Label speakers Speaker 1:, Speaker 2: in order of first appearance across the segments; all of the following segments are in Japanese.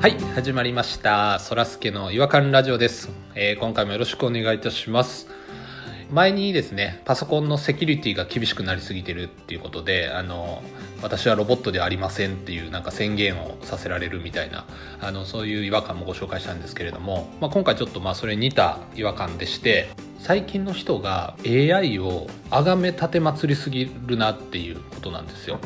Speaker 1: はい始まりましたそらすけの違和感ラジオです、えー今回もよろしくお願いいたします前にですねパソコンのセキュリティが厳しくなりすぎてるっていうことであの私はロボットではありませんっていうなんか宣言をさせられるみたいなあのそういう違和感もご紹介したんですけれども、まあ、今回ちょっとまあそれに似た違和感でして最近の人が AI を崇め立てまつりすぎるなっていうことなんですよ。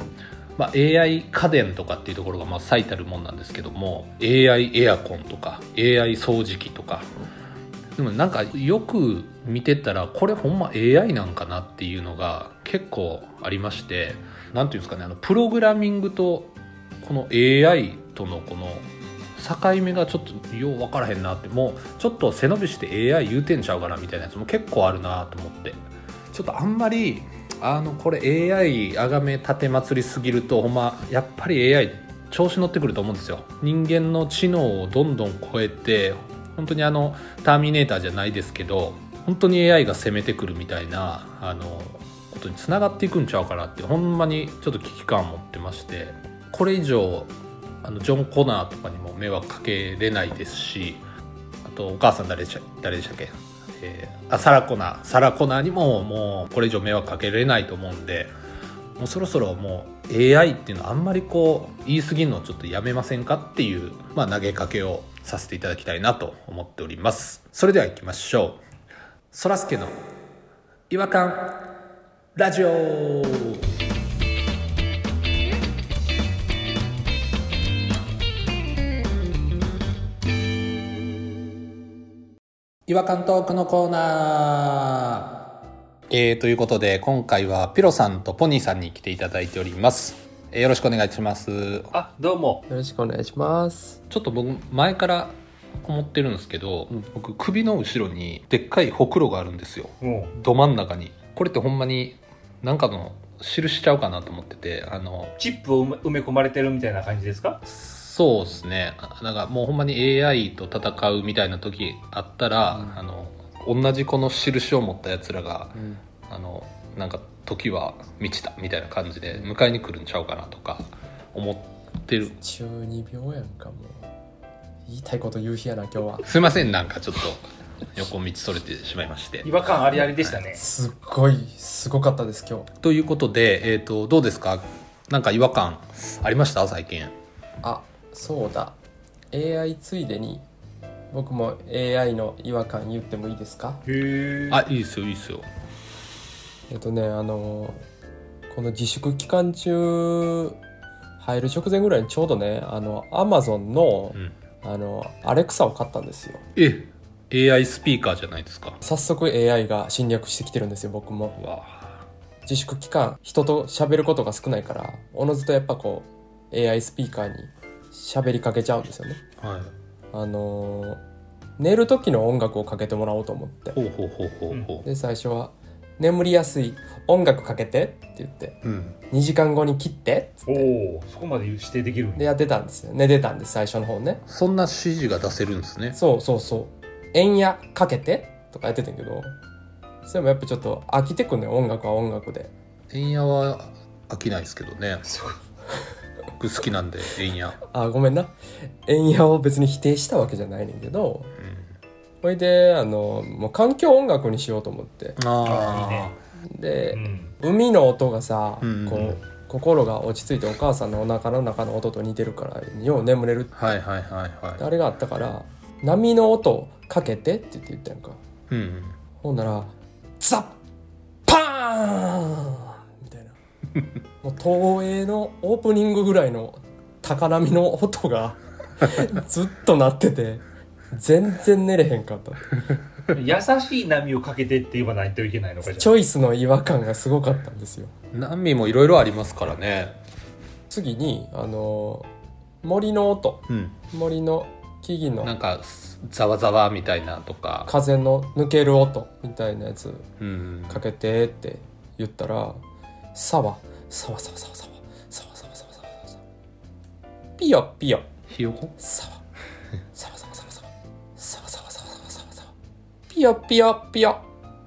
Speaker 1: まあ、AI 家電とかっていうところがまあ最たるもんなんですけども AI エアコンとか AI 掃除機とかでもなんかよく見てたらこれほんま AI なんかなっていうのが結構ありましてなんていうんですかねあのプログラミングとこの AI とのこの境目がちょっとよう分からへんなってもうちょっと背伸びして AI 言うてんちゃうかなみたいなやつも結構あるなと思ってちょっとあんまりあのこれ AI あがめ立てまつりすぎるとほんまやっぱり AI 調子乗ってくると思うんですよ人間の知能をどんどん超えて本当にあのターミネーターじゃないですけど本当に AI が攻めてくるみたいなあのことにつながっていくんちゃうかなってほんまにちょっと危機感を持ってましてこれ以上あのジョン・コナーとかにも迷惑かけれないですしあとお母さん誰でした誰でしたっけ、えーあサラ・コナーサラ・コナーにももうこれ以上迷惑かけれないと思うんでもうそろそろもう AI っていうのはあんまりこう言い過ぎるのをちょっとやめませんかっていう、まあ、投げかけをさせていただきたいなと思っておりますそれでは行きましょうそらすけの違和感ラジオ違和感トークのコーナー、えー、ということで今回はピロさんとポニーさんに来ていただいております、えーよろしくお願いします
Speaker 2: あどうも
Speaker 3: よろしくお願いします。
Speaker 1: ちょっと僕前から思ってるんですけど、僕首の後ろにでっかいほくろがあるんですよ
Speaker 2: も
Speaker 1: ど真ん中にこれってほんまになんかの印しちゃうかなと思っててあの
Speaker 2: うチップを埋め埋め込まれてるみたいな感じですか
Speaker 1: そうですねあなんかもうほんまに AI と戦うみたいな時あったら、あの同じこの印を持ったやつらが、あのなんか時は満ちたみたいな感じで迎えに来るんちゃうかなとか思ってる
Speaker 3: 中二病やんかもう。言いたいこと言う日やな今日 は。
Speaker 1: すいませんなんかちょっと横道それてしまいまして
Speaker 2: 違和感ありありでしたね、
Speaker 3: すっごいすごかったです今日。
Speaker 1: ということで、えー、とどうですかなんか違和感ありました最近
Speaker 3: あそうだ。AI ついでに僕も AI の違和感言ってもいいですか？
Speaker 2: へえ
Speaker 1: あいいですよいいですよ
Speaker 3: えっとねあのこの自粛期間中入る直前ぐらいにちょうどねあの Amazon の、
Speaker 1: うん
Speaker 3: あのアレクサを買ったんですよ。
Speaker 1: え AI スピーカーじゃないですか
Speaker 3: 早速 AI が侵略してきてるんですよ僕も。
Speaker 1: わあ
Speaker 3: 自粛期間人と喋ることが少ないからおのずとやっぱこう AI スピーカーに喋りかけちゃうんですよね
Speaker 1: はい
Speaker 3: あのー寝る時の音楽をかけてもらおうと思って
Speaker 1: ほうほうほうほうほ
Speaker 3: で最初は「眠りやすい音楽かけて」って言って
Speaker 1: ううん
Speaker 3: 「2時間後に切って」っつっ
Speaker 2: お
Speaker 3: て
Speaker 2: おそこまで指定できるん
Speaker 3: で
Speaker 2: や
Speaker 3: やってたんですよ寝てたんです最初の方ね
Speaker 1: そんな指示が出せるんですね
Speaker 3: そうそうそう「円やかけて」とかやってたんやけどそれもやっぱちょっと飽きてくんね音楽は音楽で
Speaker 1: 円屋は飽きないですけどね僕好きなんで円屋
Speaker 3: あごめんな円やを別に否定したわけじゃないねんけど
Speaker 1: うん
Speaker 3: ほいであのもう環境音楽にしようと思って
Speaker 2: いいね
Speaker 1: あ
Speaker 2: う
Speaker 3: で、
Speaker 2: ん
Speaker 3: 海の音がさ、
Speaker 1: うん
Speaker 3: こう心が落ち着いてお母さんのお腹の中の音と似てるからよう眠れる
Speaker 1: あはいはいはい
Speaker 3: あ
Speaker 1: は
Speaker 3: れがあったから波の音をかけてって言って言ったやんか
Speaker 1: いうん
Speaker 3: ほんならザッパーンみたいなもう東映のオープニングぐらいの高波の 音がずっと鳴ってて全然寝れへんかった
Speaker 2: 優しい波をかけてって言わないといけないのかじ
Speaker 3: チ
Speaker 2: ゃ
Speaker 3: ョイスの違和感がすごかったんですよ
Speaker 1: 難民もいろいろありますからね
Speaker 3: 次にあのー森の音
Speaker 1: うん
Speaker 3: 森の木々
Speaker 1: な
Speaker 3: の
Speaker 1: んかざわざわみたいなとか
Speaker 3: 風の抜ける音みたいなやつ
Speaker 1: うん
Speaker 3: かけてって言ったら「さわさわさわさわさわさわさわさわさわさわピヨピヨ
Speaker 1: ひよこ
Speaker 3: さ わさわさわさわさわさわさわさわさわさわさわピヨピヨピヨ」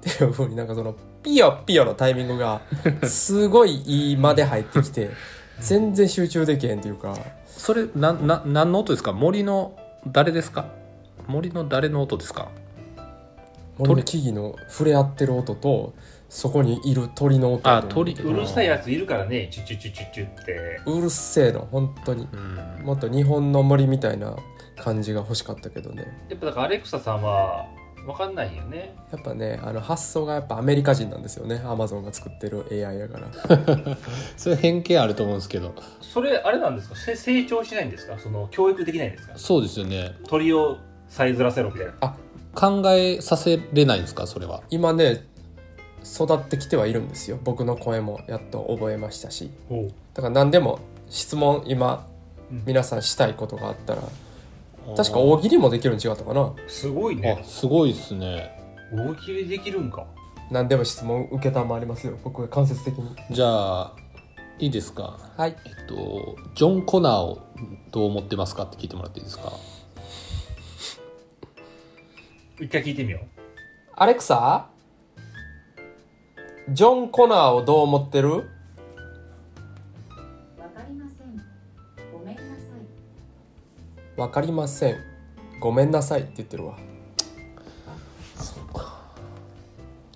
Speaker 3: っていうふうになんかその「ピヨピヨ」のタイミ ングがすごいいい間で入ってきて全然集中できへんっていうか。
Speaker 1: それなな何の音ですか森の誰ですか森の誰の音ですか
Speaker 3: 森の木々の触れ合ってる音とそこにいる鳥の音
Speaker 1: あ
Speaker 3: やと思う
Speaker 1: 鳥
Speaker 2: うるさいやついるからね、チュチュチュチュチュって。
Speaker 3: うるせえの本当に
Speaker 1: うん
Speaker 3: もっと日本の森みたいな感じが欲しかったけどね
Speaker 2: やっぱだからアレクサさんは分かんないよね。
Speaker 3: やっぱねあの発想がやっぱアメリカ人なんですよねアマゾンが作ってる AI やから
Speaker 1: それ偏見あると思うんですけど
Speaker 2: それあれなんですかせ成長しないんですかその教育できないんですか
Speaker 1: そうですよね
Speaker 2: 鳥をさえずらせろみたいな。
Speaker 1: 考えさせれないんですかそれは
Speaker 3: 今ね育ってきてはいるんですよ僕の声もやっと覚えましたし
Speaker 2: おう
Speaker 3: だから何でも質問今
Speaker 2: うん
Speaker 3: 皆さんしたいことがあったら確か大喜利もできるん違ったかな
Speaker 2: すごい
Speaker 1: あ
Speaker 2: ね。
Speaker 1: すごいですね
Speaker 2: 大喜利できるんか。
Speaker 3: 何でも質問受けたまりますよ僕が間接的に
Speaker 1: じゃあいいですか
Speaker 3: はい
Speaker 1: えっとジョン・コナーをどう思ってますかって聞いてもらっていいですか
Speaker 2: 一回聞いてみよ
Speaker 3: アレクサジョン・コナーをどう思ってる
Speaker 4: わかりません。ごめんなさい。
Speaker 3: わかりませんごめんなさいって言ってるわ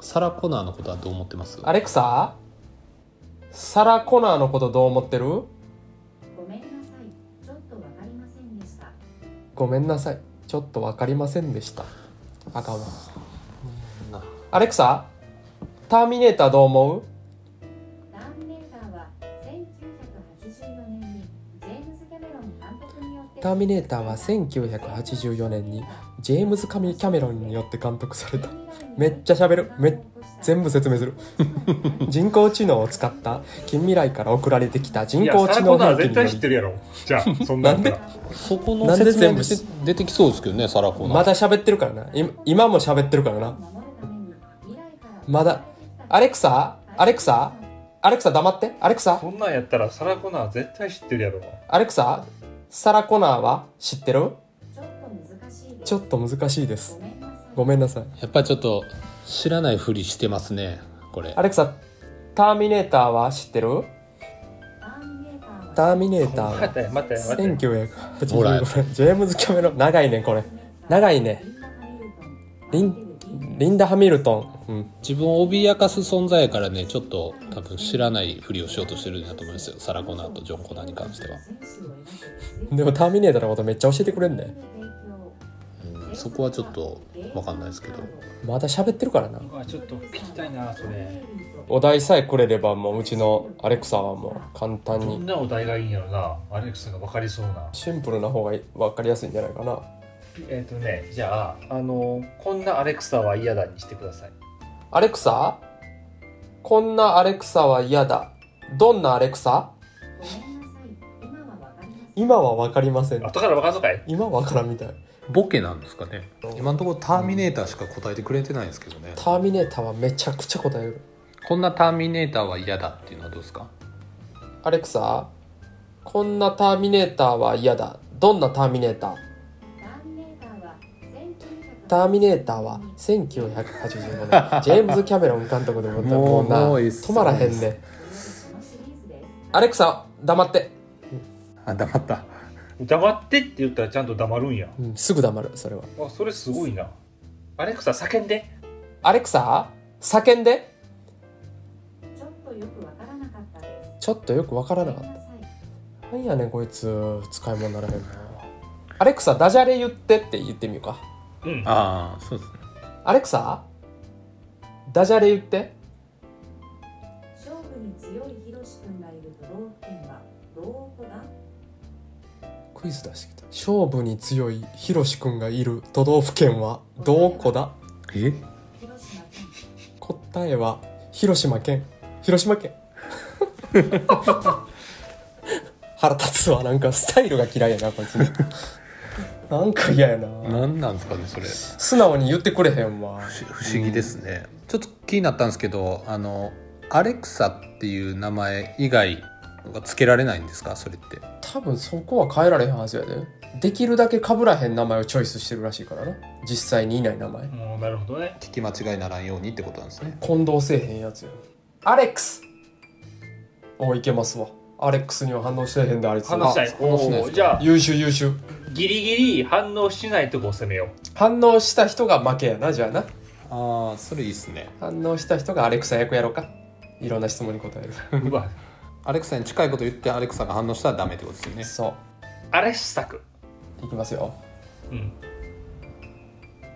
Speaker 1: サラ・コナーのことはどう思ってます
Speaker 3: アレクササラ・コナーのことどう思ってる
Speaker 4: ごめんなさい。ちょっとわかりませんでした。
Speaker 3: ごめんなさいちょっとわかりませんでしたあかんわアレクサターミネーターどう思う
Speaker 4: ターミネーターは1984年にジェームズ・キャメロン監督によって
Speaker 3: ターミネーターは1984年にジェームズ・カミキャメロンによって監督されためっちゃ喋るめっ全 部 説明する人工知能を使った近未来から送られてきた
Speaker 2: う。
Speaker 3: 人工知
Speaker 2: いやサラコ
Speaker 3: 能
Speaker 2: ナー
Speaker 3: 兵器
Speaker 2: 絶
Speaker 3: によ
Speaker 2: 対知って
Speaker 3: り
Speaker 2: るやろ。じゃあ、そんなんだったら
Speaker 1: そこの
Speaker 3: なんで
Speaker 1: 説明
Speaker 3: 全部
Speaker 1: 出て出てきそうですけどねサラ・コナー
Speaker 3: まだ喋ってるからな今今も喋ってるからなまだアレクサアレクサアレクサ黙ってアレクサ
Speaker 2: そんなんやったらサラコナー絶対知ってるやろ。
Speaker 3: アレクササラ・コナーは知ってる
Speaker 4: ちょっと難しいです
Speaker 3: ちょっと難しいです
Speaker 4: ごめんなさい
Speaker 3: ごめんなさい
Speaker 1: やっぱりちょっと知らないふりしてますねこれ
Speaker 3: アレクサターミネーターは知ってる
Speaker 4: ターミネーターは
Speaker 3: ターミネーター
Speaker 2: 待
Speaker 3: は
Speaker 2: って待って待って。
Speaker 1: ほら
Speaker 3: 1985年ジェームズ・キャメロン長いねこれ長いねリンリンダ・ハミルトン、うん、
Speaker 1: 自分を脅かす存在やからねちょっと多分知らないふりをしようとしてるんだと思いますよサラ・コナーとジョン・コナーに関しては、
Speaker 3: でもターミネーターのことめっちゃ教えてくれんね
Speaker 1: うん、そこはちょっと分かんないですけど
Speaker 3: まだ喋ってるからな
Speaker 2: あちょっと聞きたいな、それ。
Speaker 3: お題さえくれればもううちのアレクサはもう簡単
Speaker 2: どん
Speaker 3: に
Speaker 2: なお題がいいんやろな。アレクサが分かりそうな。
Speaker 3: シンプルな方が分かりやすいんじゃないかな
Speaker 2: えっ、とね、じゃあ、あの、こんなアレクサは嫌だにしてください。
Speaker 3: アレクサこんなアレクサは嫌だどんなアレクサ今は分かりません
Speaker 2: 後から分かるのかい
Speaker 3: 今分からんみたい
Speaker 1: ボケなんですかね今のところターミネーターしか答えてくれてないんですけどね
Speaker 3: ターミネーターはめちゃくちゃ答える
Speaker 1: こんなターミネーターは嫌だっていうのはどうですか
Speaker 3: アレクサこんなターミネーターは嫌だどんなターミネーターターミネーターは1985年ジ ェームズ・キャメロン監督でもったらもうな
Speaker 1: もういいっす
Speaker 3: 止まらへん
Speaker 1: もういい
Speaker 3: ねアレクサ黙って、
Speaker 1: あ黙った
Speaker 2: 黙ってって言ったらちゃんと黙るんや。
Speaker 3: うん、すぐ黙るそれは
Speaker 2: あ、それすごいな。アレクサ叫んで。
Speaker 3: アレクサ叫んで
Speaker 4: ちょっとよくわからなかったです。
Speaker 3: ちょっとよくわからなかったなんやねんこいつ使い物にならへんなアレクサダジャレ言ってって言ってみようか
Speaker 2: うん。
Speaker 1: ああそうですね
Speaker 3: アレクサダジャレ言って
Speaker 4: 勝負に強いヒロシ君がいる都道府県はどこだ
Speaker 3: クイズ出してきた勝負に強いヒロシ君がいる都道府県はどこだ
Speaker 1: え
Speaker 4: 広島県
Speaker 3: 答えは広島県広島県腹立つわなんかスタイルが嫌いやなこいつなんか嫌やな
Speaker 1: 何なんですかねそれ
Speaker 3: 素直に言ってくれへんわ
Speaker 1: 不不思議ですね、ちょっと気になったんですけどあのアレクサっていう名前以外は付けられないんですかそれって
Speaker 3: 多分そこは変えられへんはずやでできるだけ被らへん名前をチョイスしてるらしいからな実際にいない名前
Speaker 2: もうなるほどね。
Speaker 1: 聞き間違いならんようにってことなんですね
Speaker 3: 混同せえへんやつやアレックスおいけますわアレックスには反応してへんであいつ
Speaker 2: 話した
Speaker 1: あ
Speaker 2: い。
Speaker 1: 反応しないです
Speaker 2: おお、
Speaker 1: か
Speaker 2: じゃあ、
Speaker 3: 優秀優秀
Speaker 2: ギリギリ反応しないとこを攻めよ
Speaker 3: 反応した人が負けやなじゃあな
Speaker 1: ああそれいいっすね
Speaker 3: 反応した人がアレクサ役やろうかいろんな質問に答 え
Speaker 2: う。
Speaker 3: る
Speaker 2: うわ、
Speaker 1: アレクサに近いこと言ってアレクサが反応したらダメってことですよね
Speaker 3: そ
Speaker 2: アレッサク。
Speaker 3: ういきますよ
Speaker 2: うん。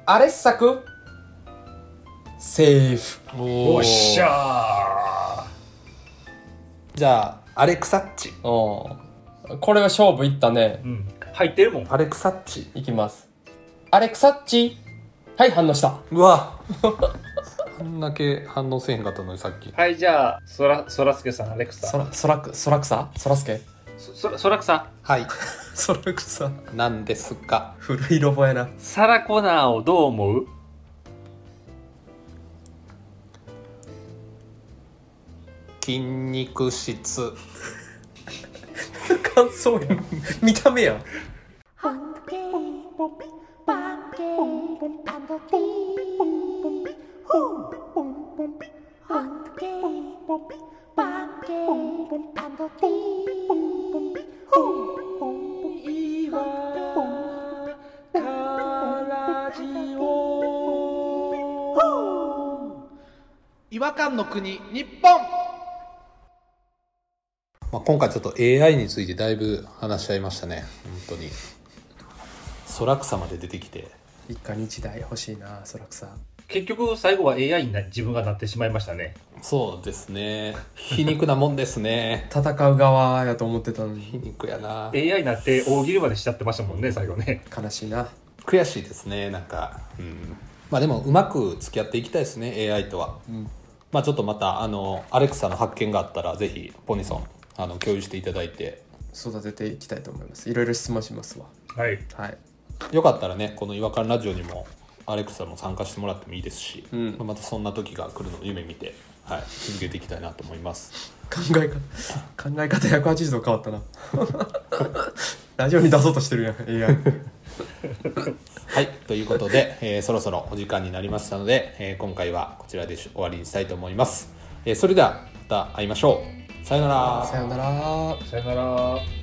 Speaker 3: アレッサクセーフ
Speaker 1: お
Speaker 2: おっしゃ
Speaker 1: じゃあアレクサッチ
Speaker 3: おーこれは勝負いったね
Speaker 2: ー。うん。入ってるもん。
Speaker 1: アレクサッチ
Speaker 3: いきますアレクサッチはい反応した
Speaker 1: うわ あんだけ反応せえへんかったのにさっき
Speaker 2: はい、じゃあ、そら、そらすけさん、アレクサ。
Speaker 3: そらそらくそらくさそらすけ
Speaker 2: そ、そら、そらくさ。
Speaker 1: はい
Speaker 3: そらくさ
Speaker 1: なんですが
Speaker 3: 古いロボやな
Speaker 2: サラコナーをどう思う
Speaker 1: 筋肉質
Speaker 3: 感想や ん見た目やん
Speaker 5: Hunky,
Speaker 1: 違和感の国日本、まあ、今回ちょっと AI についてだいぶ話し合いましたね本当に空草まで出てきて
Speaker 3: 一家に一台欲しいなそらくさ
Speaker 2: 結局、最後は AI にな自分がなってしまいましたね。
Speaker 1: そうですね皮肉なもんですね
Speaker 3: 戦う側やと思ってたの
Speaker 1: 皮
Speaker 3: に
Speaker 1: 肉やな
Speaker 2: AI になって大喜利までしちゃってましたもんね、最後ね。
Speaker 3: 悲しいな
Speaker 1: 悔しいですねなんか、うん、まあでもうまく付き合っていきたいですね AI とは、まあちょっとまたあのアレクサの発見があったらぜひポニソンあの共有していただいて
Speaker 3: 育てていきたいと思いますいろいろ質問しますわ
Speaker 2: はい。
Speaker 3: はい
Speaker 1: よかったらねこの「違和感ラジオ」にもアレクサも参加してもらってもいいですし、
Speaker 3: ん
Speaker 1: まあまたそんな時が来るのを夢見て、はい、続けていきたいなと思います
Speaker 3: 考え方考え方180度変わった なラジオに出そうとしてるやん AI
Speaker 1: はいということで、えーそろそろお時間になりましたので、えー今回はこちらで終わりにしたいと思います、えーそれではまた会いましょうさようなら
Speaker 3: さよなら
Speaker 2: さよなら。